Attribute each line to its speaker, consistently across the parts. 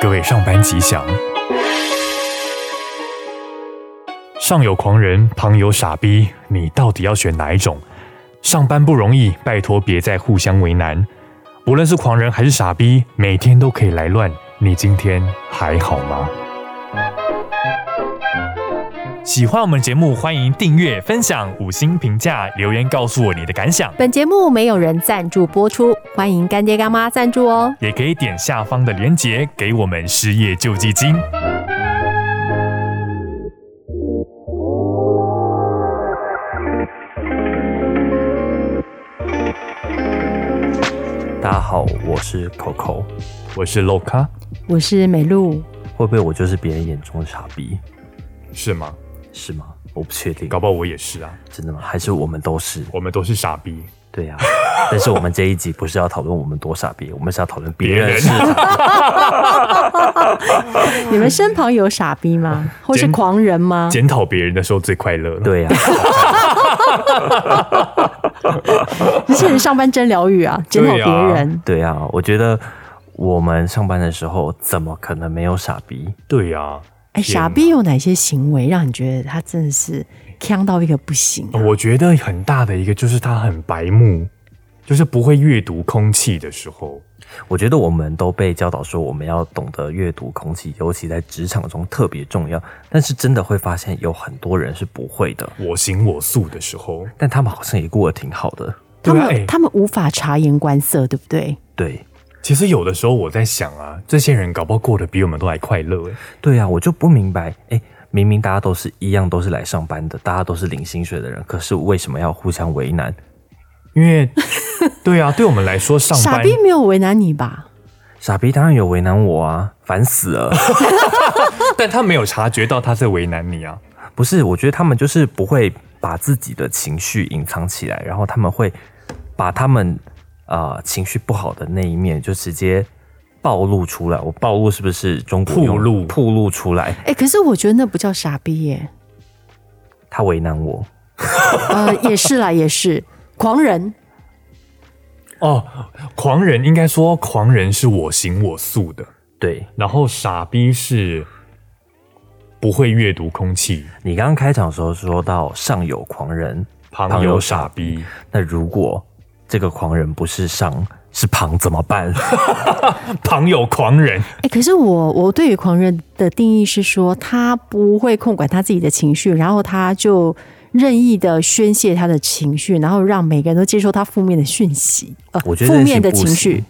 Speaker 1: 各位上班吉祥。上有狂人，旁有傻逼，你到底要选哪一种？上班不容易，拜托别再互相为难。无论是狂人还是傻逼，每天都可以来乱。你今天还好吗？喜欢我们节目，欢迎订阅、分享、五星评价、留言告诉我你的感想，
Speaker 2: 本节目没有人赞助播出，欢迎干爹干妈赞助哦。
Speaker 1: 也可以点下方的链接给我们失业救济金。
Speaker 3: 大家好，我是 Coco。
Speaker 1: 我是 Loka，
Speaker 2: 我是美露，
Speaker 3: 会不会我就是别人眼中的傻逼？
Speaker 1: 是吗？
Speaker 3: 是吗？我不确定，
Speaker 1: 搞不好我也是啊，
Speaker 3: 真的吗？还是我们都是？
Speaker 1: 我们都是傻逼。
Speaker 3: 对呀、 但是我们这一集不是要讨论我们多傻逼，我们是要讨论别
Speaker 1: 别人
Speaker 3: 人是傻逼。
Speaker 2: 你们身旁有傻逼吗？ 或是
Speaker 1: 真
Speaker 2: 狂人吗？
Speaker 1: 检讨别人的时候最快乐了。，
Speaker 3: 对呀、啊
Speaker 2: 这些人上班真疗愈啊，检讨
Speaker 1: 对
Speaker 2: 别
Speaker 1: 啊
Speaker 2: 人。
Speaker 3: 对呀、我觉得我们上班的时候怎么可能没有傻逼？
Speaker 1: 对啊呀、
Speaker 2: 哎、
Speaker 1: 天
Speaker 2: 傻逼有哪些行为让你觉得他真的是呛到一个不行啊、
Speaker 1: 我觉得很大的一个就是他很白目，就是不会阅读空气的时候。
Speaker 3: 我觉得我们都被教导说我们要懂得阅读空气，尤其在职场中特别重要。但是真的会发现有很多人是不会的，
Speaker 1: 我行我素的时候，
Speaker 3: 但他们好像也过得挺好的。
Speaker 2: 他们、
Speaker 1: 对啊哎
Speaker 2: 他们无法察言观色，对不对？
Speaker 3: 对，
Speaker 1: 其实有的时候我在想啊，这些人搞不好过得比我们都还快乐、欸。
Speaker 3: 对啊呀、我就不明白，哎、明明大家都是一样，都是来上班的，大家都是领薪水的人，可是为什么要互相为难？
Speaker 1: 因 为，对啊，对我们来说上
Speaker 2: 傻
Speaker 1: 班
Speaker 2: 逼没有为难你吧？
Speaker 3: 傻逼当然有为难我啊，烦死了！
Speaker 1: 但他没有察觉到他在为难你啊。
Speaker 3: 不是，我觉得他们就是不会把自己的情绪隐藏起来，然后他们会把他们啊、呃情绪不好的那一面就直接暴露出来。我暴露是不是中国
Speaker 1: 暴
Speaker 3: 用
Speaker 1: 露
Speaker 3: 暴露出来？
Speaker 2: 哎、可是我觉得那不叫傻逼 耶、
Speaker 3: 他为难我，
Speaker 2: 呃，也是啦，也是狂人。
Speaker 1: 哦，狂人应该说狂人是我行我素的，
Speaker 3: 对
Speaker 1: 然后傻逼是不会阅读空气，
Speaker 3: 你刚刚开场的时候说到上有狂人，
Speaker 1: 旁有傻逼。
Speaker 3: 那如果这个狂人不是上是旁怎 么办？
Speaker 1: 旁有狂人，
Speaker 2: 哎、可是我我对于狂人的定义是说，他不会控管他自己的情绪，然后他就任意的宣泄他的情绪，然后让每个人都接受他负面的讯息，呃，
Speaker 3: 我觉得
Speaker 2: 负
Speaker 3: 这
Speaker 2: 面
Speaker 3: 是
Speaker 2: 的
Speaker 3: 不
Speaker 2: 情
Speaker 3: 行
Speaker 2: 绪。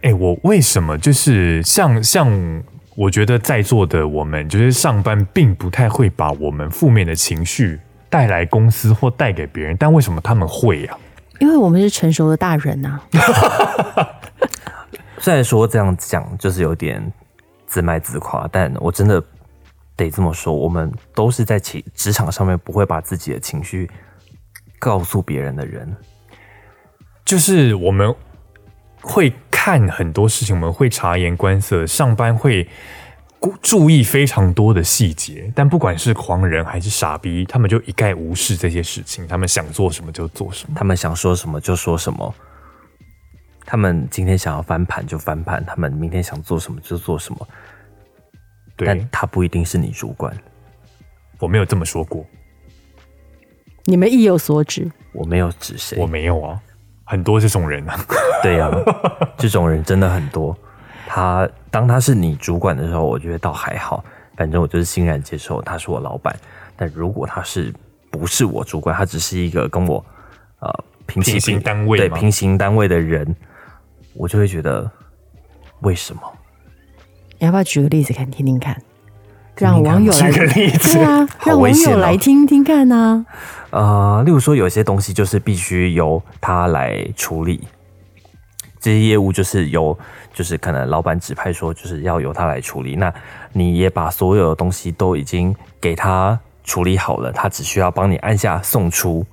Speaker 1: 哎、我为什么就是像像我觉得在座的我们，就是上班并不太会把我们负面的情绪带来公司或带给别人，但为什么他们会啊呀、
Speaker 2: 因为我们是成熟的大人呐、
Speaker 3: 虽然说这样讲就是有点自卖自夸，但我真的得这么说，我们都是在情职场上面不会把自己的情绪告诉别人的人。
Speaker 1: 就是我们会看很多事情，我们会察言观色，上班会顾注意非常多的细节。但不管是狂人还是傻逼，他们就一概无视这些事情，他们想做什么就做什么。
Speaker 3: 他们想说什么就说什么，他们今天想要翻盘就翻盘，他们明天想做什么就做什么，
Speaker 1: 对
Speaker 3: 但，他不一定是你主管。
Speaker 1: 我没有这么说过，
Speaker 2: 你们意有所指。
Speaker 3: 我没有指谁
Speaker 1: 我，没有啊，很多这种人啊。
Speaker 3: 对呀、这种人真的很多。他当他是你主管的时候，我觉得倒还好，反正我就是欣然接受他是我老板。但如果他是不是我主管，他只是一个跟我呃平起
Speaker 1: 平行单位
Speaker 3: 对
Speaker 1: 吗
Speaker 3: 平行单位的人，我就会觉得为什么？
Speaker 2: 你要不要举个例子看听听看？让网友来
Speaker 1: 举个例子
Speaker 2: 对，啊，
Speaker 3: 好
Speaker 2: 让
Speaker 3: 危
Speaker 2: 网
Speaker 3: 险
Speaker 2: 友
Speaker 3: 哦
Speaker 2: 来听听看呐、
Speaker 3: 呃，例如说有些东西就是必须由他来处理，这些业务就是由就是可能老板指派说就是要由他来处理，那你也把所有的东西都已经给他处理好了，他只需要帮你按下送出，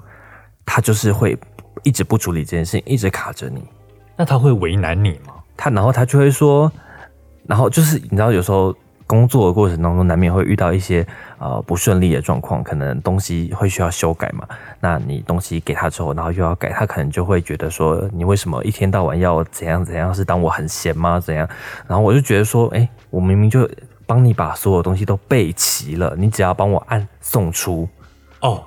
Speaker 3: 他就是会一直不处理这件事情，一直卡着你。
Speaker 1: 那他会为难你吗？
Speaker 3: 他然后他就会说，然后就是你知道有时候工作的过程当中，难免会遇到一些呃不顺利的状况，可能东西会需要修改嘛。那你东西给他之后，然后又要改，他可能就会觉得说，你为什么一天到晚要怎样怎样？是当我很闲吗？怎样？然后我就觉得说，哎、我明明就帮你把所有东西都备齐了，你只要帮我按送出。
Speaker 1: 哦，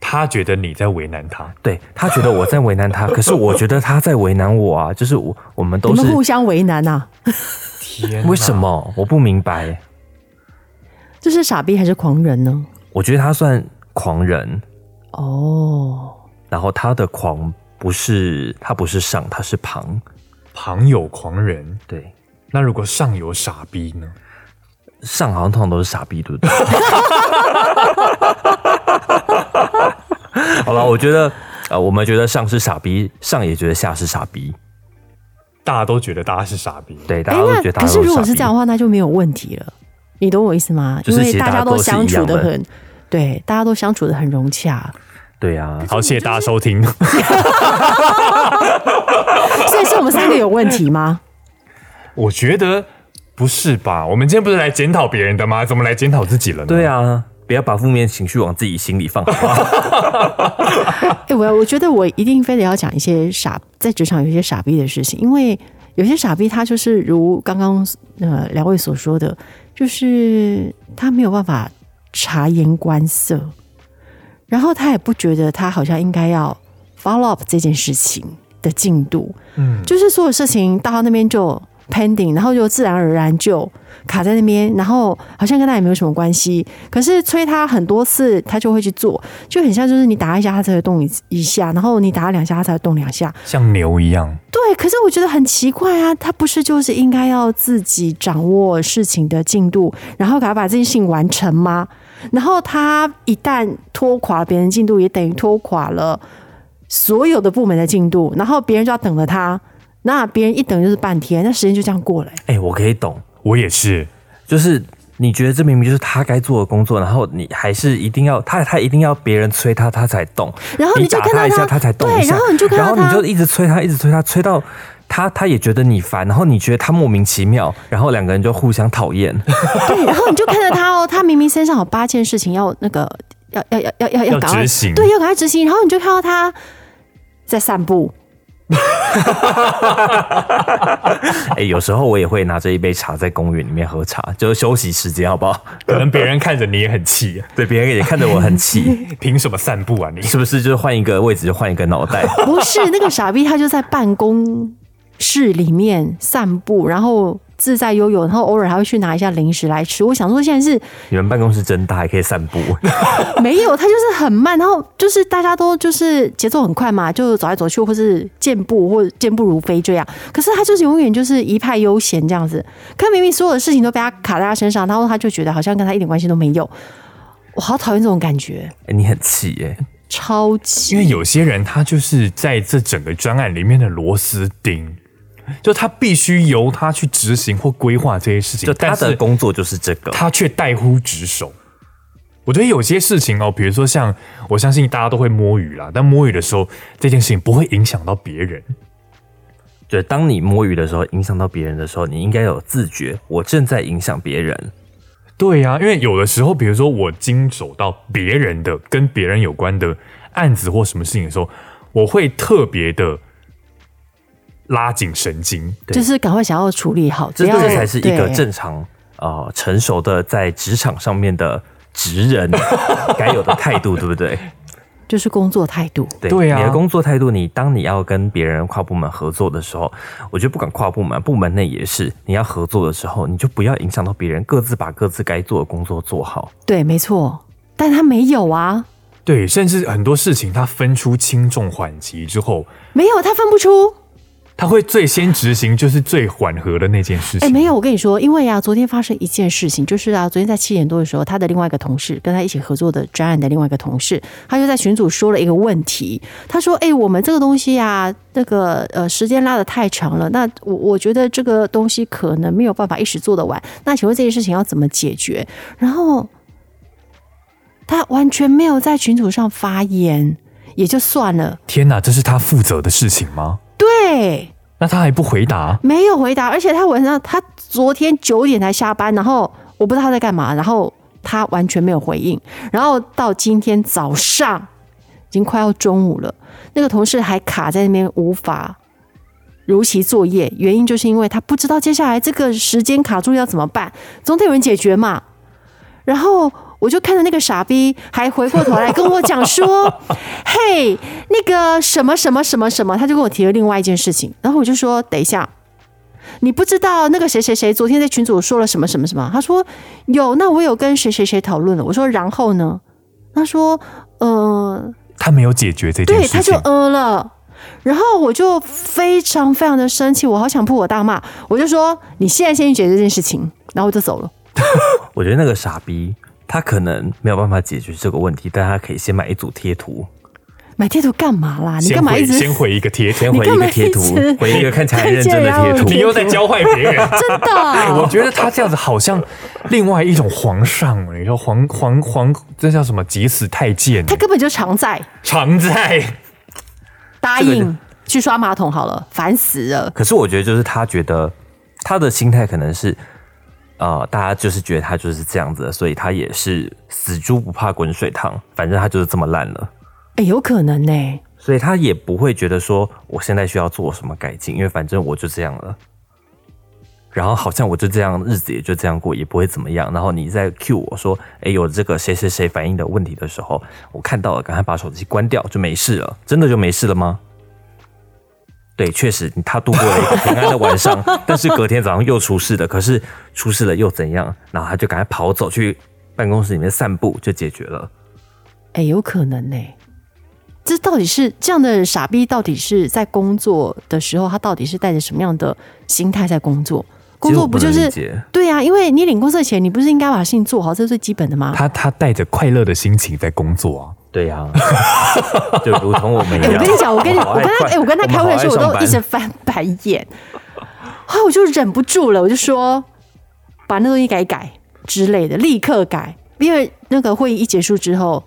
Speaker 1: 他觉得你在为难他，
Speaker 3: 对他觉得我在为难他，可是我觉得他在为难我啊，就是我我们
Speaker 2: 你
Speaker 3: 都是
Speaker 2: 们互相为难啊，
Speaker 1: 天
Speaker 3: 为什？么？我不明白。
Speaker 2: 这是傻逼还是狂人呢？
Speaker 3: 我觉得他算狂人，
Speaker 2: 哦，
Speaker 3: 然后他的狂不是他不是上，他是旁。
Speaker 1: 旁有狂人，
Speaker 3: 对，
Speaker 1: 那如果上有傻逼呢？
Speaker 3: 上好像通常都是傻逼，对 不对？好了，我觉得呃，我们觉得上是傻逼，上也觉得下是傻逼，
Speaker 1: 大家都觉得大家是傻逼，
Speaker 3: 对，大
Speaker 2: 哎
Speaker 3: 家都觉
Speaker 2: 那
Speaker 3: 得大
Speaker 2: 可
Speaker 3: 家
Speaker 2: 是
Speaker 3: 都傻逼。
Speaker 2: 如果是这样的话，那就没有问题了，你懂我意思吗？
Speaker 3: 就是
Speaker 2: 因为
Speaker 3: 其实
Speaker 2: 大
Speaker 3: 大家
Speaker 2: 家
Speaker 3: 都
Speaker 2: 都
Speaker 3: 是
Speaker 2: 相
Speaker 3: 一
Speaker 2: 处
Speaker 3: 样
Speaker 2: 的
Speaker 3: 的
Speaker 2: 很，对，大家都相处的很融洽，
Speaker 3: 对啊，
Speaker 1: 好，谢谢大家收听。
Speaker 2: 所以是我们三个有问题 吗？
Speaker 1: 我觉得不是吧？我们今天不是来检讨别人的吗？怎么来检讨自己了呢？
Speaker 3: 对
Speaker 1: 啊，
Speaker 3: 啊，不要把负面情绪往自己心里放，好不好？
Speaker 2: 哎、我我觉得我一定非得要讲一些傻在职场有一些傻逼的事情，因为有些傻逼他就是如刚刚呃两位所说的，就是他没有办法察言观色，然后他也不觉得他好像应该要 follow up 这件事情的进度，
Speaker 1: 嗯，
Speaker 2: 就是所有事情到他那边就 pending，然后就自然而然就卡在那边，然后好像跟他也没有什么关系。可是催他很多次，他就会去做，就很像就是你打他一下，他才会动一一下，然后你打他两下，他才会动两下。
Speaker 1: 像牛一样，
Speaker 2: 对，可是我觉得很奇怪啊，他不是就是应该要自己掌握事情的进度，然后给他把这件事情完成吗？然后他一旦拖垮了别人进度，也等于拖垮了所有的部门的进度，然后别人就要等着他，那别人一等就是半天，那时间就这样过了、欸
Speaker 3: 哎、我可以懂，
Speaker 1: 我也是。
Speaker 3: 就是你觉得这明明就是他该做的工作，然后你还是一定要他，他一定要别人催他，他才动。
Speaker 2: 然后
Speaker 3: 你
Speaker 2: 就
Speaker 3: 打
Speaker 2: 看到
Speaker 3: 一下，他才动一
Speaker 2: 对，
Speaker 3: 下，
Speaker 2: 然后你就看
Speaker 3: 然
Speaker 2: 到
Speaker 3: 后
Speaker 2: 他，
Speaker 3: 你就一直催他，一直催他，催到他他也觉得你烦，然后你觉得他莫名其妙，然后两个人就互相讨 厌。
Speaker 2: 对，然后你就看着他哦，他明明身上有八件事情要那个要要要要要
Speaker 1: 要
Speaker 2: 赶快
Speaker 1: 执行
Speaker 2: 对，要赶快执行，然后你就看到他在散步，
Speaker 3: 哎、有时候我也会拿着一杯茶在公园里面喝茶，就是休息时间，好不好？
Speaker 1: 可能别人看着你也很气，
Speaker 3: 对，别人也看着我 很气，
Speaker 1: 凭什么散步啊你？
Speaker 3: 是不是？就是换一个位置就换一个脑袋。
Speaker 2: 不是那个傻逼，他就在办公室里面散步，然后自在悠游，然后偶尔还会去拿一下零食来吃。我想说现在是
Speaker 3: 你们办公室真大，还可以散步。
Speaker 2: 没有，他就是很慢，然后就是大家都就是节奏很快嘛，就走来走去，或是健步，或者健步如飞这样。可是他就是永远就是一派悠闲这样子，可明明所有的事情都被他卡在他身上，然后他就觉得好像跟他一点关系都没有。我好讨厌这种感觉，
Speaker 3: 哎、你很气耶、
Speaker 2: 超
Speaker 1: 因为
Speaker 2: 级。
Speaker 1: 有些人他就是在这整个专案里面的螺丝钉，就他必须由他去执行或规划这些事情，
Speaker 3: 就他
Speaker 1: 但
Speaker 3: 的
Speaker 1: 是
Speaker 3: 工作就是这个。
Speaker 1: 他却代乎职守。我觉得有些事情哦，比如说像我相信大家都会摸鱼啦，但摸鱼的时候这件事情不会影响到别人，
Speaker 3: 就是当你摸鱼的时候，影响到别人的时候，你应该有自觉，我正在影响别人。
Speaker 1: 对呀、因为有的时候，比如说我经手到别人的跟别人有关的案子或什么事情的时候，我会特别的拉紧神经。
Speaker 3: 对
Speaker 2: 就是赶快想要处理好，
Speaker 3: 这
Speaker 2: 不要
Speaker 3: 这才是一个
Speaker 2: 对
Speaker 3: 正常呃成熟的在职场上面的 职人该有的态度，对不对？
Speaker 2: 就是工作态度。
Speaker 3: 对
Speaker 1: 对啊
Speaker 3: 你的工作态度，你当你要跟别人跨部门合作的时候，我觉得不管跨部门，部门内也是，你要合作的时候，你就不要影响到别人，各自把各自该做的工作做好。
Speaker 2: 对，没错，但他没有啊，
Speaker 1: 对，甚至很多事情它分出轻重缓急之后，
Speaker 2: 没有，他分不出。
Speaker 1: 它会最先执行就是最缓和的那件事
Speaker 2: 哎、
Speaker 1: 情。
Speaker 2: 没有，我跟你说，因为啊，昨天发生一件事情，就是啊，昨天在七点多的时候，他的另外一个同事跟他一起合作的专案的另外一个同事，他就在群组说了一个问题，他说：“哎、我们这个东西啊，那个呃，时间拉的太长了，那我我觉得这个东西可能没有办法一时做得完，那请问这件事情要怎么解决？”然后他完全没有在群组上发言，也就算了，
Speaker 1: 天哪，这是他负责的事情吗？
Speaker 2: 对。
Speaker 1: 那他还不回答？
Speaker 2: 没有回答，而且他晚上他昨天九点才下班，然后我不知道他在干嘛，然后他完全没有回应，然后到今天早上已经快要中午了，那个同事还卡在那边无法如期作业，原因就是因为他不知道接下来这个时间卡住要怎么办， 总得有人解决嘛。然后我就看着那个傻逼，还回过头来跟我讲说：“ 嘿，那个什么什么什么什么。”他就跟我提了另外一件事情，然后我就说：“等一下，你不知道那个谁谁谁昨天在群组说了什么什么什么？”他说：“有，那我有跟谁谁谁讨论了。”我说：“然后呢？”他说：“呃，
Speaker 1: 他没有解决这件
Speaker 2: 对，
Speaker 1: 事
Speaker 2: 他就
Speaker 1: 情，
Speaker 2: 呃了。然后我就非常非常的生气，我好想破口大骂，我就说你现在先去解决这件事情，然后我就走了。
Speaker 3: 我觉得那个傻逼，他可能没有办法解决这个问题，但他可以先买一组贴图，
Speaker 2: 买贴图干嘛啦？你
Speaker 1: 先
Speaker 2: 干嘛
Speaker 1: 回
Speaker 2: 一直
Speaker 1: 先回一个贴
Speaker 3: 先
Speaker 1: 图，
Speaker 3: 回一个贴图
Speaker 2: 你干嘛一直，
Speaker 3: 回一个看起来很认真的贴
Speaker 2: 看起来要
Speaker 3: 图
Speaker 1: 你。又在教坏别 人。
Speaker 2: 真 的？
Speaker 1: 哎我觉得他这样子好像另外一种皇上，你说皇皇皇，这叫什么？急死太监，
Speaker 2: 他根本就常在
Speaker 1: 常在。
Speaker 2: 答应去刷马桶好了，烦死了。
Speaker 3: 可是我觉得就是他觉得他的心态可能是，呃，大家就是觉得他就是这样子的，所以他也是死猪不怕滚水烫，反正他就是这么烂了。
Speaker 2: 哎、有可能呢、
Speaker 3: 所以他也不会觉得说我现在需要做什么改进，因为反正我就这样了。然后好像我就这样，日子也就这样过，也不会怎么样。然后你在 cue 我说，哎，有这个谁谁谁反映的问题的时候，我看到了，赶快把手机关掉，就没事了。真的就没事了吗？对，确实他度过了一个平安的晚上，但是隔天早上又出事了。可是出事了又怎样？然后他就赶快跑走去办公室里面散步，就解决了。
Speaker 2: 哎、有可能呢、这到底是这样的傻逼？到底是在工作的时候，他到底是带着什么样的心态在工作？工作不就
Speaker 3: 其实
Speaker 2: 是
Speaker 3: 我能理解
Speaker 2: 对啊？因为你领公司的钱，你不是应该把事情做好，这是最基本的吗？
Speaker 1: 他他带着快乐的心情在工作啊。
Speaker 3: 对呀、 就如同我们一
Speaker 2: 哎、
Speaker 3: 样。
Speaker 2: 我跟你讲，我跟你，
Speaker 3: 好
Speaker 2: 我
Speaker 3: 爱
Speaker 2: 跟他，
Speaker 3: 快
Speaker 2: 哎、我跟他
Speaker 3: 们
Speaker 2: 开会的时候，我
Speaker 3: 好爱上
Speaker 2: 都
Speaker 3: 班
Speaker 2: 一直翻白眼，后来我就忍不住了，我就说把那东西改一改之类的，立刻改，因为那个会议一结束之后，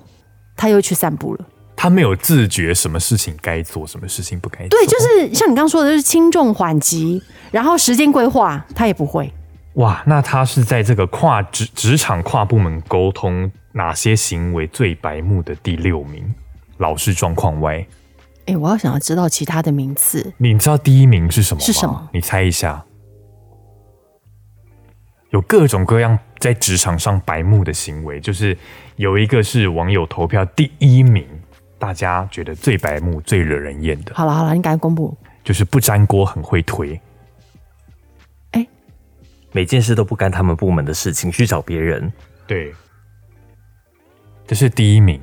Speaker 2: 他又去散步了。
Speaker 1: 他没有自觉什么事情该做，什么事情不该做。
Speaker 2: 对，就是像你刚刚说的，就是轻重缓急，然后时间规划，他也不会。
Speaker 1: 哇，那他是在这个跨职职场跨部门沟通哪些行为最白目的第六名？老是状况外，
Speaker 2: 哎、我要想要知道其他的名次，
Speaker 1: 你知道第一名是什么吗？
Speaker 2: 是什么
Speaker 1: 你猜一下。有各种各样在职场上白目的行为，就是有一个是网友投票第一名，大家觉得最白目、最惹人厌的，
Speaker 2: 好了好了，你赶快公布。
Speaker 1: 就是不粘锅很会推。
Speaker 3: 每件事都不干他们部门的事情，去找别人。
Speaker 1: 对，这是第一名。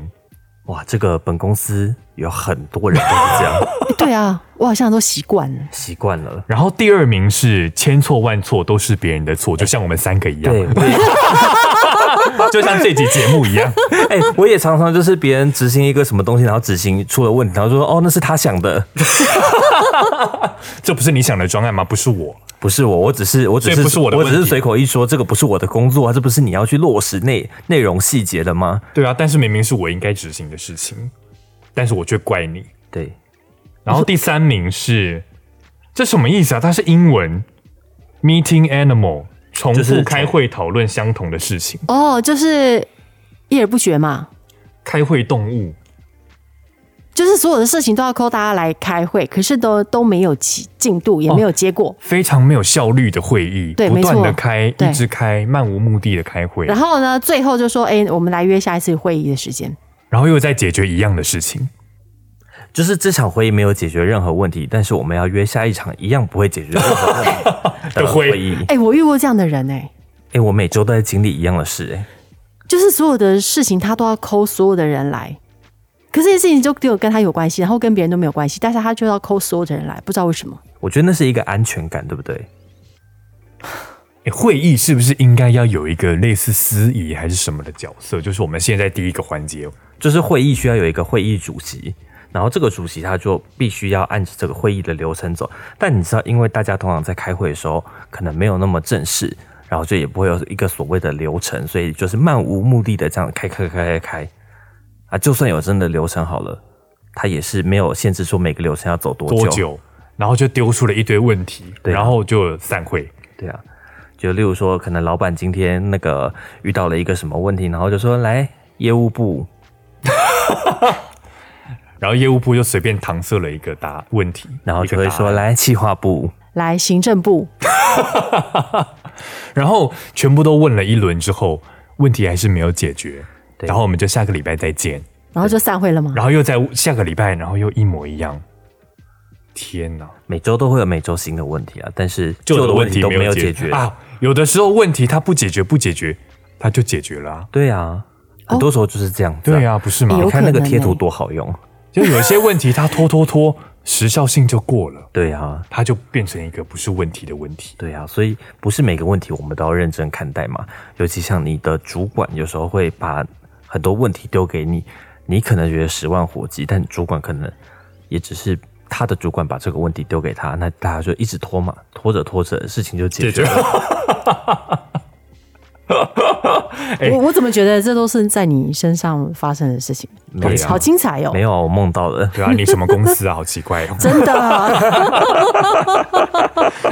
Speaker 3: 哇，这个本公司有很多人都是 这样
Speaker 2: 哎对啊，我好像都习惯了。
Speaker 3: 习惯了。
Speaker 1: 然后第二名是千错万错都是别人的错，就像我们三个一样，
Speaker 3: 对，我也
Speaker 1: 就像这集节目一样。
Speaker 3: 哎、我也常常就是别人执行一个什么东西，然后执行出了问题，然后就说哦，那是他想的，
Speaker 1: 这不是你想的专案吗？不是我，
Speaker 3: 不是我，我只是我只
Speaker 1: 所
Speaker 3: 是
Speaker 1: 以不是我的
Speaker 3: 我
Speaker 1: 问题啊
Speaker 3: 只是随口一说，这个不是我的工作啊，这不是你要去落实内内容细节的吗？
Speaker 1: 对啊，但是明明是我应该执行的事情，但是我却怪你。
Speaker 3: 对，
Speaker 1: 然后第三名是，这什么意思啊？它是英文，meeting animal，重
Speaker 3: 就是
Speaker 1: 复开会讨论相同的事情，
Speaker 2: 哦，就是一而不决嘛。
Speaker 1: 开会动物。
Speaker 2: 就是所有的事情都要扣大家来开会，可是都都没有进进度，也没有结果。
Speaker 1: 非常没有效率的会议，
Speaker 2: 对
Speaker 1: 不断
Speaker 2: 没
Speaker 1: 的
Speaker 2: 错
Speaker 1: 开，
Speaker 2: 对
Speaker 1: 一直开，漫无目的的开会，
Speaker 2: 然后呢，最后就说：“哎、我们来约下一次会议的时间。
Speaker 1: 然后又在解决一样的事情。
Speaker 3: 就是这场会议没有解决任何问题，但是我们要约下一场一样不会解决任何问 题的
Speaker 1: 的会
Speaker 3: 会议。哎、
Speaker 2: 哎，我遇过这样的人哎、
Speaker 3: 我每周都在经历一样的事、哎。
Speaker 2: 就是所有的事情他都要扣所有的人来，可是这件事情就只有跟他有关系，然后跟别人都没有关系，但是他就要扣所有的人来，不知道为什么。
Speaker 3: 我觉得那是一个安全感，对不对？
Speaker 1: 诶会议是不是应该要有一个类似司仪还是什么的角色？就是我们现在第一个环节，
Speaker 3: 就是会议需要有一个会议主席，然后这个主席他就必须要按着这个会议的流程走。但你知道，因为大家通常在开会的时候，可能没有那么正式，然后就也不会有一个所谓的流程，所以就是漫无目的的这样开开开开开啊。就算有真的流程好了，他也是没有限制说每个流程要走多久。
Speaker 1: 多久？然后就丢出了一堆问题，
Speaker 3: 对啊
Speaker 1: 然后就散会。
Speaker 3: 对啊，就例如说，可能老板今天那个遇到了一个什么问题，然后就说来业务部，
Speaker 1: 然后业务部就随便搪塞了一个答问题，
Speaker 3: 然后
Speaker 1: 一个
Speaker 3: 就会
Speaker 1: 答案
Speaker 3: 说来企划部，
Speaker 2: 来行政部，
Speaker 1: 然后全部都问了一轮之后，问题还是没有解决，
Speaker 3: 对
Speaker 1: 然后我们就下个礼拜再见，
Speaker 2: 然后就散会了 吗？
Speaker 1: 然后又在下个礼拜，然后又一模一样。天哪，
Speaker 3: 每周都会有每周新的问题啊，但是
Speaker 1: 旧的
Speaker 3: 的
Speaker 1: 问
Speaker 3: 题
Speaker 1: 题
Speaker 3: 都
Speaker 1: 没
Speaker 3: 有
Speaker 1: 解
Speaker 3: 决。
Speaker 1: 啊！有的时候问题它不解决，不解决它就解决了、啊。
Speaker 3: 对啊，很多时候就是这样子、
Speaker 1: 对，啊，不是吗？
Speaker 2: 哦有
Speaker 3: 你看
Speaker 2: 可
Speaker 3: 那个
Speaker 2: 能
Speaker 3: 贴
Speaker 2: 欸
Speaker 3: 图多好用。
Speaker 1: 就有些问题它拖拖拖，时效性就过了，
Speaker 3: 对啊，
Speaker 1: 它就变成一个不是问题的问题。
Speaker 3: 对啊，所以不是每个问题我们都要认真看待嘛。尤其像你的主管，有时候会把很多问题丢给你，你可能觉得十万火急，但主管可能也只是他的主管把这个问题丢给他，那大家就一直拖嘛，拖着拖着事情就解决了。
Speaker 1: 哎
Speaker 2: 我我怎么觉得这都是在你身上发生的事情？
Speaker 3: 没有
Speaker 2: 好好精彩哦
Speaker 3: 没！有啊，我梦到了。
Speaker 1: 对啊，你什么公司啊？好奇怪哦。
Speaker 2: 真 的，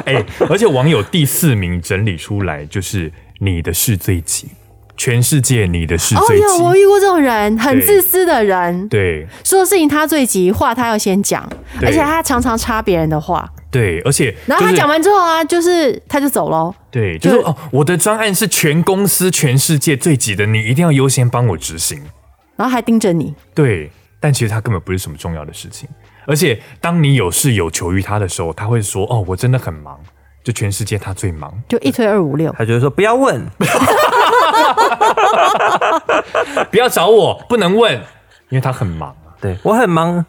Speaker 1: 哎、而且网友第四名整理出来就是你的事最急，全世界你的事
Speaker 2: 哦
Speaker 1: 最急。
Speaker 2: 哟，我遇过这种人，很
Speaker 1: 对
Speaker 2: 自私的人，
Speaker 1: 对
Speaker 2: 说事情他最急，话他要先讲，
Speaker 1: 对
Speaker 2: 而且他常常插别人的话，
Speaker 1: 对，而且、就是、
Speaker 2: 然后他讲完之后啊，就是他就走喽。
Speaker 1: 对，就是
Speaker 2: 就
Speaker 1: 哦，我的专案是全公司、全世界最急的，你一定要优先帮我执行。
Speaker 2: 然后还盯着你，
Speaker 1: 对，但其实它根本不是什么重要的事情。而且当你有事有求于他的时候，他会说：“哦，我真的很忙，就全世界他最忙。
Speaker 2: 就一推二五六，
Speaker 3: 他就会说不要问，
Speaker 1: 不要找我，不能问，因为他很忙啊。
Speaker 3: 对我很忙，”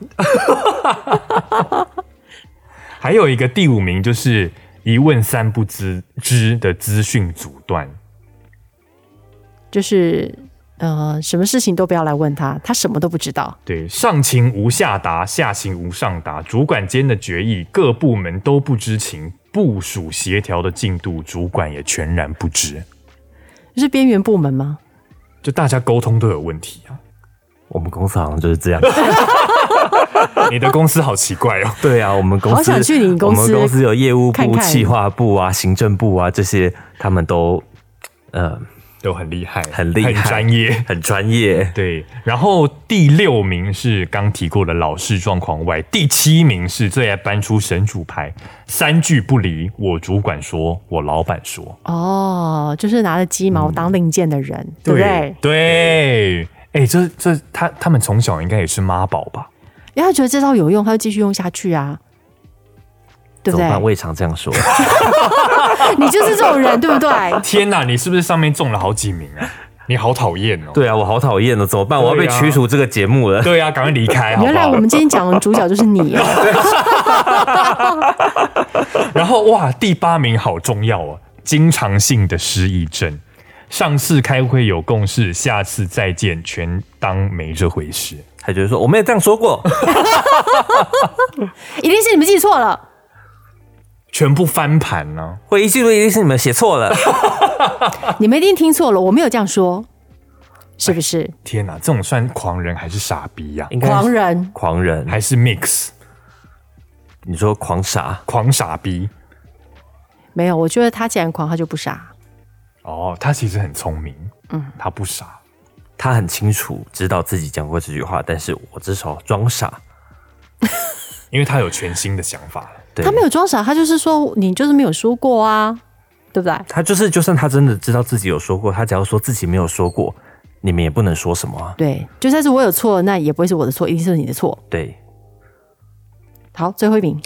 Speaker 1: 还有一个第五名就是一问三不知知的资讯阻断。
Speaker 2: 就是呃，什么事情都不要来问他，他什么都不知道。
Speaker 1: 对，上情无下达，下情无上达，主管间的决议，各部门都不知情，部署协调的进度，主管也全然不知，
Speaker 2: 就是边缘部门吗？
Speaker 1: 就大家沟通都有问题啊。
Speaker 3: 我们公司好像就是这样。
Speaker 1: 你的公司好奇怪哦。
Speaker 3: 对啊，我们公司
Speaker 2: 好想去你公司
Speaker 3: 我们公司有业务部、
Speaker 2: 看看
Speaker 3: 企划部啊、行政部啊这些，他们都呃
Speaker 1: 都很厉害，
Speaker 3: 很厉害
Speaker 1: 很专业。
Speaker 3: 很专业。
Speaker 1: 对，然后第六名是刚提过的老式状况外，第七名是最爱搬出神主牌，三句不离，我主管说，我老板说，
Speaker 2: 哦，就是拿着鸡毛当令箭的人，嗯对不哎对？
Speaker 1: 对，哎、这这他他们从小应该也是妈宝吧？
Speaker 2: 因为他觉得这招有用，他就继续用下去啊，对不
Speaker 3: 怎么办？我
Speaker 2: 对？
Speaker 3: 也常这样说，
Speaker 2: 你就是这种人，对不 对？
Speaker 1: 天哪，你是不是上面中了好几名啊？你好讨厌哦。
Speaker 3: 对啊，我好讨厌哦，怎么办？
Speaker 1: 对
Speaker 3: 我
Speaker 1: 啊
Speaker 3: 要被驱逐这个节目了。
Speaker 1: 对啊，赶快离开好
Speaker 2: 原
Speaker 1: 不
Speaker 2: 来
Speaker 1: 好
Speaker 2: 我？们今天讲的主角就是 你哦，
Speaker 1: 然后哇，第八名好重要哦，经常性的失忆症。上次开会有共识，下次再见全当没这回事。
Speaker 3: 他就会说我没有这样 说过，
Speaker 2: 一定是你们记错了。
Speaker 1: 全部翻盘呢、
Speaker 3: 会议记录一定是你们写错了。
Speaker 2: 你们一定听错了，我没有这样说，是不是？
Speaker 1: 天哪，这种算狂人还是傻逼呀、
Speaker 3: 应该是
Speaker 2: 狂人
Speaker 3: 狂人，
Speaker 1: 还是 mix
Speaker 3: 你说狂傻，
Speaker 1: 狂傻逼？
Speaker 2: 没有，我觉得他既然狂，他就不傻。
Speaker 1: 哦，他其实很聪明，嗯，他不傻。
Speaker 3: 他很清楚知道自己讲过这句话，但是我至少装傻。
Speaker 1: 因为他有全新的想法。
Speaker 3: 对
Speaker 2: 他没有装傻，他就是说你就是没有说过啊，对不对？
Speaker 3: 他就是，就算他真的知道自己有说过，他只要说自己没有说过，你们也不能说什么啊。
Speaker 2: 对，就算是我有错，那也不会是我的错，一定是你的错。
Speaker 3: 对，
Speaker 2: 好，最后一名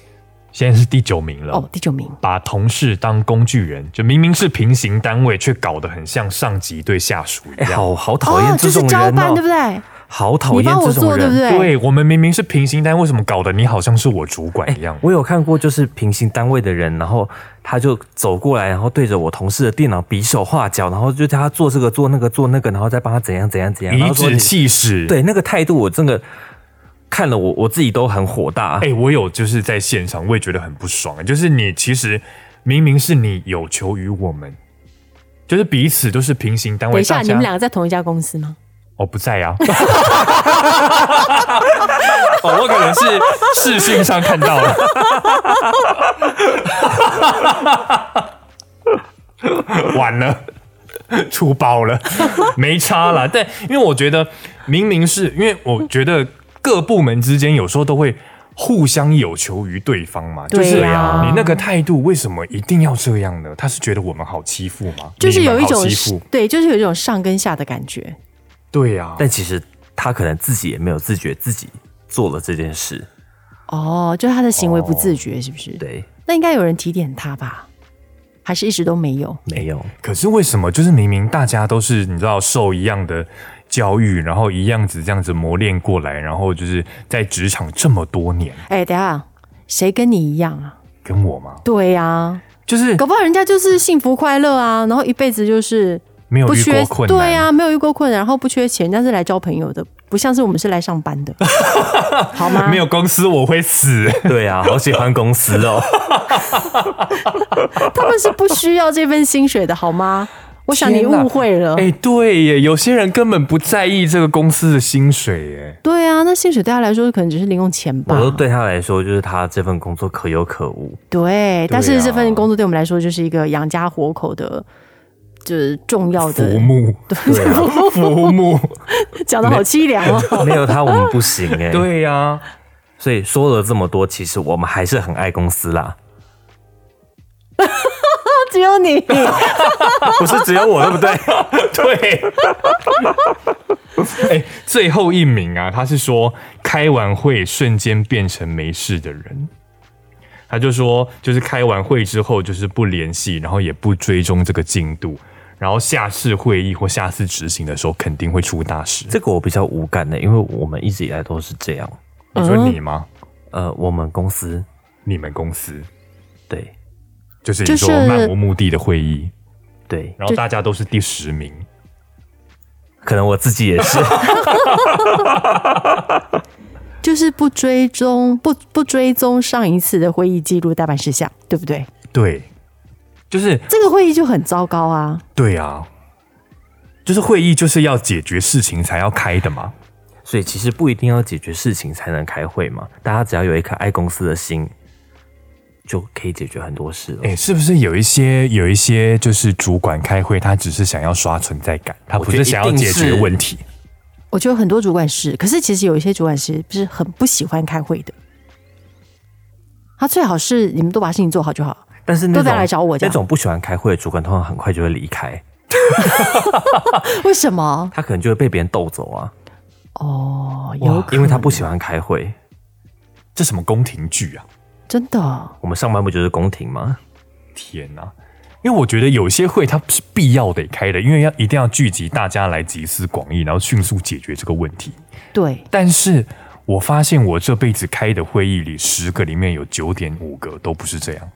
Speaker 1: 现在是第九名了，
Speaker 2: 哦，第九名，
Speaker 1: 把同事当工具人，就明明是平行单位，却搞得很像上级对下属一
Speaker 3: 哎、
Speaker 1: 样。
Speaker 3: 好好讨厌
Speaker 2: 就
Speaker 3: 这
Speaker 2: 是
Speaker 3: 种人
Speaker 2: 交办，
Speaker 3: 哦
Speaker 2: 对不对？
Speaker 3: 好讨
Speaker 2: 你
Speaker 3: 厌
Speaker 2: 帮我
Speaker 3: 这种
Speaker 2: 做，对
Speaker 3: 人。
Speaker 2: 不对？
Speaker 1: 对我们明明是平行单位，为什么搞得你好像是我主管一样？
Speaker 3: 哎我有看过，就是平行单位的人，然后他就走过来，然后对着我同事的电脑比手画脚，然后就叫他做这个做那个做那个，然后再帮他怎样怎样怎样，然
Speaker 1: 颐
Speaker 3: 后说
Speaker 1: 指
Speaker 3: 你
Speaker 1: 气使。，
Speaker 3: 对那个态度，我真的看了我我自己都很火
Speaker 2: 啊
Speaker 3: 大。
Speaker 1: 哎、我有就是在现场，我也觉得很不爽。就是你其实明明是你有求于我们，就是彼此都是平行单位。
Speaker 2: 等一下，
Speaker 1: 大家
Speaker 2: 你们两个在同一家公司吗？
Speaker 1: 哦不 在呀、哦，我可能是视讯上 看到了。晚了，出包了，没差啦。但因为我觉得，明明是因为我觉得各部门之间有时候都会互相有求于对方嘛，就是
Speaker 2: 对呀
Speaker 1: 你那个态度为什么一定要这样呢？他是觉得我们好欺负吗？
Speaker 2: 就是有
Speaker 1: 你们
Speaker 2: 一
Speaker 1: 好
Speaker 2: 种
Speaker 1: 欺负，
Speaker 2: 对，就是有一种上跟下的感觉。
Speaker 1: 对啊呀、
Speaker 3: 但其实他可能自己也没有自觉自己做了这件事，
Speaker 2: 哦，就是他的行为不自觉，是不是？，
Speaker 3: 哦对，
Speaker 2: 那应该有人提点他吧？还是一直都没有？
Speaker 3: 没有，
Speaker 1: 可是为什么就是明明大家都是你知道受一样的教育，然后一样子这样子磨练过来，然后就是在职场这么多年，
Speaker 2: 哎、等一下，谁跟你一样啊？
Speaker 1: 跟我吗？
Speaker 2: 对呀、啊，
Speaker 1: 就是
Speaker 2: 搞不好人家就是幸福快乐啊，然后一辈子就是
Speaker 1: 没有
Speaker 2: 不
Speaker 1: 遇
Speaker 2: 缺
Speaker 1: 过困难，
Speaker 2: 对啊，没有遇过困难，然后不缺钱，人家是来交朋友的，不像是我们是来上班 的，好吗？
Speaker 1: 没有公司我会死。
Speaker 3: 对啊，好喜欢公司哦，
Speaker 2: 他们是不需要这份薪水的，好吗？我想你
Speaker 1: 天哪
Speaker 2: 误会了。
Speaker 1: 哎、对耶，有些人根本不在意这个公司的薪水耶。
Speaker 2: 对啊，那薪水对他来说可能只是零用钱吧
Speaker 3: 我。说对他来说，就是他这份工作可有可无，
Speaker 2: 对，但
Speaker 1: 啊
Speaker 2: 是这份工作对我们来说就是一个养家活口的，就是重要
Speaker 1: 浮
Speaker 2: 的。
Speaker 1: 木，
Speaker 3: 对啊，
Speaker 1: 浮木，
Speaker 2: 讲的好凄凉哦。
Speaker 3: 没有他我们不行 哎、
Speaker 1: 对啊呀、
Speaker 3: 所以说了这么多，其实我们还是很爱公司啦，
Speaker 2: 只有你，
Speaker 3: 不是只有我对不对？
Speaker 1: 对。 哎、最后一名啊，他是说开完会瞬间变成没事的人。他就说，就是开完会之后就是不联系，然后也不追踪这个进度，然后下次会议或下次执行的时候肯定会出大事。
Speaker 3: 这个我比较无感的、因为我们一直以来都是这样。
Speaker 1: 你说你吗？
Speaker 2: 嗯
Speaker 3: 呃，我们公司
Speaker 1: 你们公司
Speaker 3: 对
Speaker 1: 就是
Speaker 2: 就
Speaker 1: 你
Speaker 2: 是
Speaker 1: 说漫无目的的会议，
Speaker 3: 对，
Speaker 1: 然后大家都是第十名。
Speaker 3: 可能我自己也 是，
Speaker 2: 就是不追踪不不追踪上一次的会议记录代办事项，对不对？
Speaker 1: 对，就是
Speaker 2: 这个会议就很糟糕啊！
Speaker 1: 对啊，就是会议就是要解决事情才要开的嘛。
Speaker 3: 所以其实不一定要解决事情才能开会嘛，大家只要有一颗爱公司的心，就可以解决很多事了。
Speaker 1: 哎、是不是有一些有一些就是主管开会，他只是想要刷存在感，他不
Speaker 3: 我觉得
Speaker 1: 是想要
Speaker 3: 一定
Speaker 1: 解
Speaker 3: 是
Speaker 1: 决问题。
Speaker 2: 我觉得很多主管是，可是其实有一些主管是不是很不喜欢开会的。他最好是你们都把事情做好就好。
Speaker 3: 但是那
Speaker 2: 都
Speaker 3: 种
Speaker 2: 再来找我这
Speaker 3: 那
Speaker 2: 样
Speaker 3: 种不喜欢开会的主管，通常很快就会离开，
Speaker 2: 为什么？
Speaker 3: 他可能就会被别人斗走啊，
Speaker 2: 哦，有可
Speaker 3: 因为他不喜欢开会。
Speaker 1: 这什么宫廷剧啊！
Speaker 2: 真的
Speaker 3: 我们上班不就是宫廷吗？
Speaker 1: 天哪、因为我觉得有些会它是必要得开的，因为要一定要聚集大家来集思广益，然后迅速解决这个问题。
Speaker 2: 对，
Speaker 1: 但是我发现我这辈子开的会议里，十个里面有九点五个都不是这样，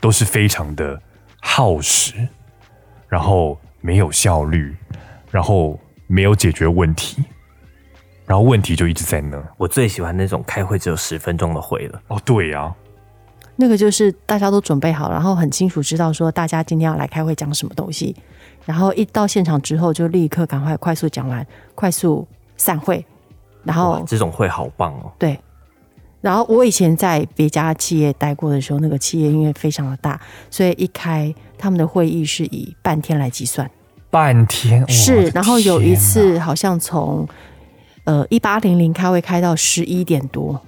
Speaker 1: 都是非常的耗时，然后没有效率，然后没有解决问题，然后问题就一直在那。
Speaker 3: 我最喜欢那种开会只有十分钟的会了。
Speaker 1: 哦，对呀、
Speaker 2: 那个就是大家都准备好，然后很清楚知道说大家今天要来开会讲什么东西，然后一到现场之后就立刻赶快快速讲完，快速散会，然
Speaker 3: 哇
Speaker 2: 后
Speaker 3: 这种会好棒哦！
Speaker 2: 对。然后我以前在别家企业待过的时候，那个企业因为非常的大，所以一开他们的会议是以半天来计算。
Speaker 1: 半天哇
Speaker 2: 是
Speaker 1: 我的，
Speaker 2: 然后有一
Speaker 1: 天
Speaker 2: 次好像从呃一八零零开会开到十一点多，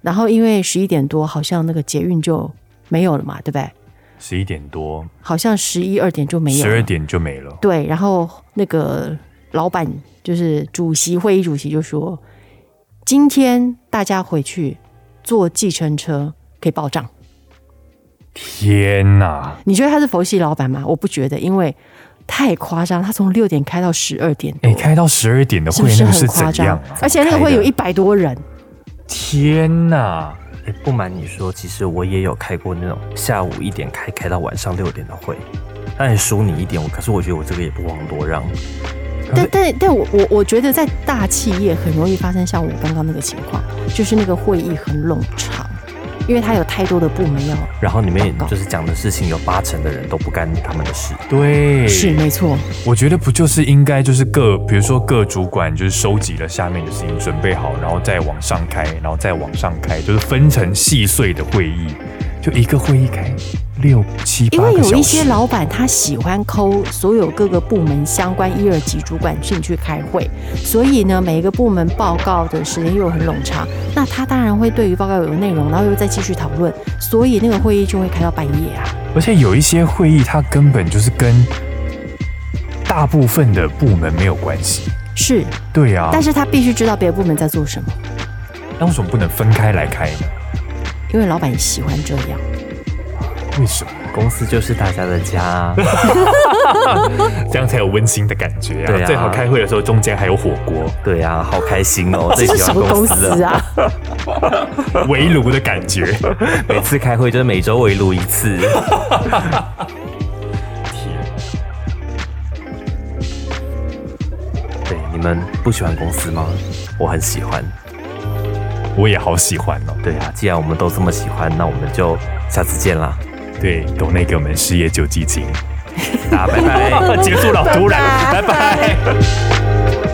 Speaker 2: 然后因为十一点多好像那个捷运就没有了嘛，对不对？
Speaker 1: 哪，十一点多，
Speaker 2: 好像十一二点就没有
Speaker 1: 十
Speaker 2: 了
Speaker 1: 二。点就没了。
Speaker 2: 对，然后那个老板就是主席会议主席就说，今天大家回去坐计程车可以报账。
Speaker 1: 天哪，
Speaker 2: 你觉得他是佛系老板吗？我不觉得，因为太夸张，他从六点开到十二点多
Speaker 1: 哎、。开到十二点的
Speaker 2: 是不
Speaker 1: 会，
Speaker 2: 是
Speaker 1: 那个
Speaker 2: 很
Speaker 1: 是
Speaker 2: 夸
Speaker 1: 怎
Speaker 2: 张？
Speaker 1: 样啊？
Speaker 2: 而且那个会有一百多人，
Speaker 1: 天哪！
Speaker 3: 诶不瞒你说，其实我也有开过那种下午一点开开到晚上六点的会，当然输你一点，我可是我觉得我这个也不遑多让。
Speaker 2: 但但但我我我觉得在大企业很容易发生像我刚刚那个情况，就是那个会议很冗长，因为它有太多的部门要。
Speaker 3: 然后里面
Speaker 2: 报告
Speaker 3: 就是讲的事情有八成的人都不干他们的事，
Speaker 1: 对，
Speaker 2: 是没错，
Speaker 1: 我觉得不就是应该就是各，比如说各主管就是收集了下面的事情，准备好，然后再往上开，然后再往上开，就是分成细碎的会议，就一个会议开六七
Speaker 2: 因
Speaker 1: 八
Speaker 2: 为
Speaker 1: 个小时。
Speaker 2: 有一些老板他喜欢抠所有各个部门相关一二级主管进去开会，所以呢，每一个部门报告的时间又很冗长，那他当然会对于报告有内容，然后又再继续讨论，所以那个会议就会开到半夜啊。
Speaker 1: 而且有一些会议，它根本就是跟大部分的部门没有关系。
Speaker 2: 是，
Speaker 1: 对啊，
Speaker 2: 但是他必须知道别的部门在做什么，
Speaker 1: 那为什么不能分开来开呢？
Speaker 2: 因为老板喜欢这样。
Speaker 1: 为什么？
Speaker 3: 公司就是大家的家啊，
Speaker 1: 这样才有温馨的感觉啊！
Speaker 3: 对啊
Speaker 1: 最好开会的时候中间还有火锅、
Speaker 3: 对啊，好开心哦，最
Speaker 2: 这
Speaker 3: 喜
Speaker 2: 是什
Speaker 3: 欢
Speaker 2: 么公
Speaker 3: 司了
Speaker 2: 司。啊？
Speaker 1: 围炉的感 觉。
Speaker 3: 每次开会就是每周围炉一 次，对，你们不喜欢公司吗？我很喜欢。
Speaker 1: 我也好喜欢哦。
Speaker 3: 对啊，既然我们都这么喜欢，那我们就下次见啦，
Speaker 1: 对，抖内给我们失业救济金。哦
Speaker 3: 大家拜拜。
Speaker 1: 结束了，突然，拜拜。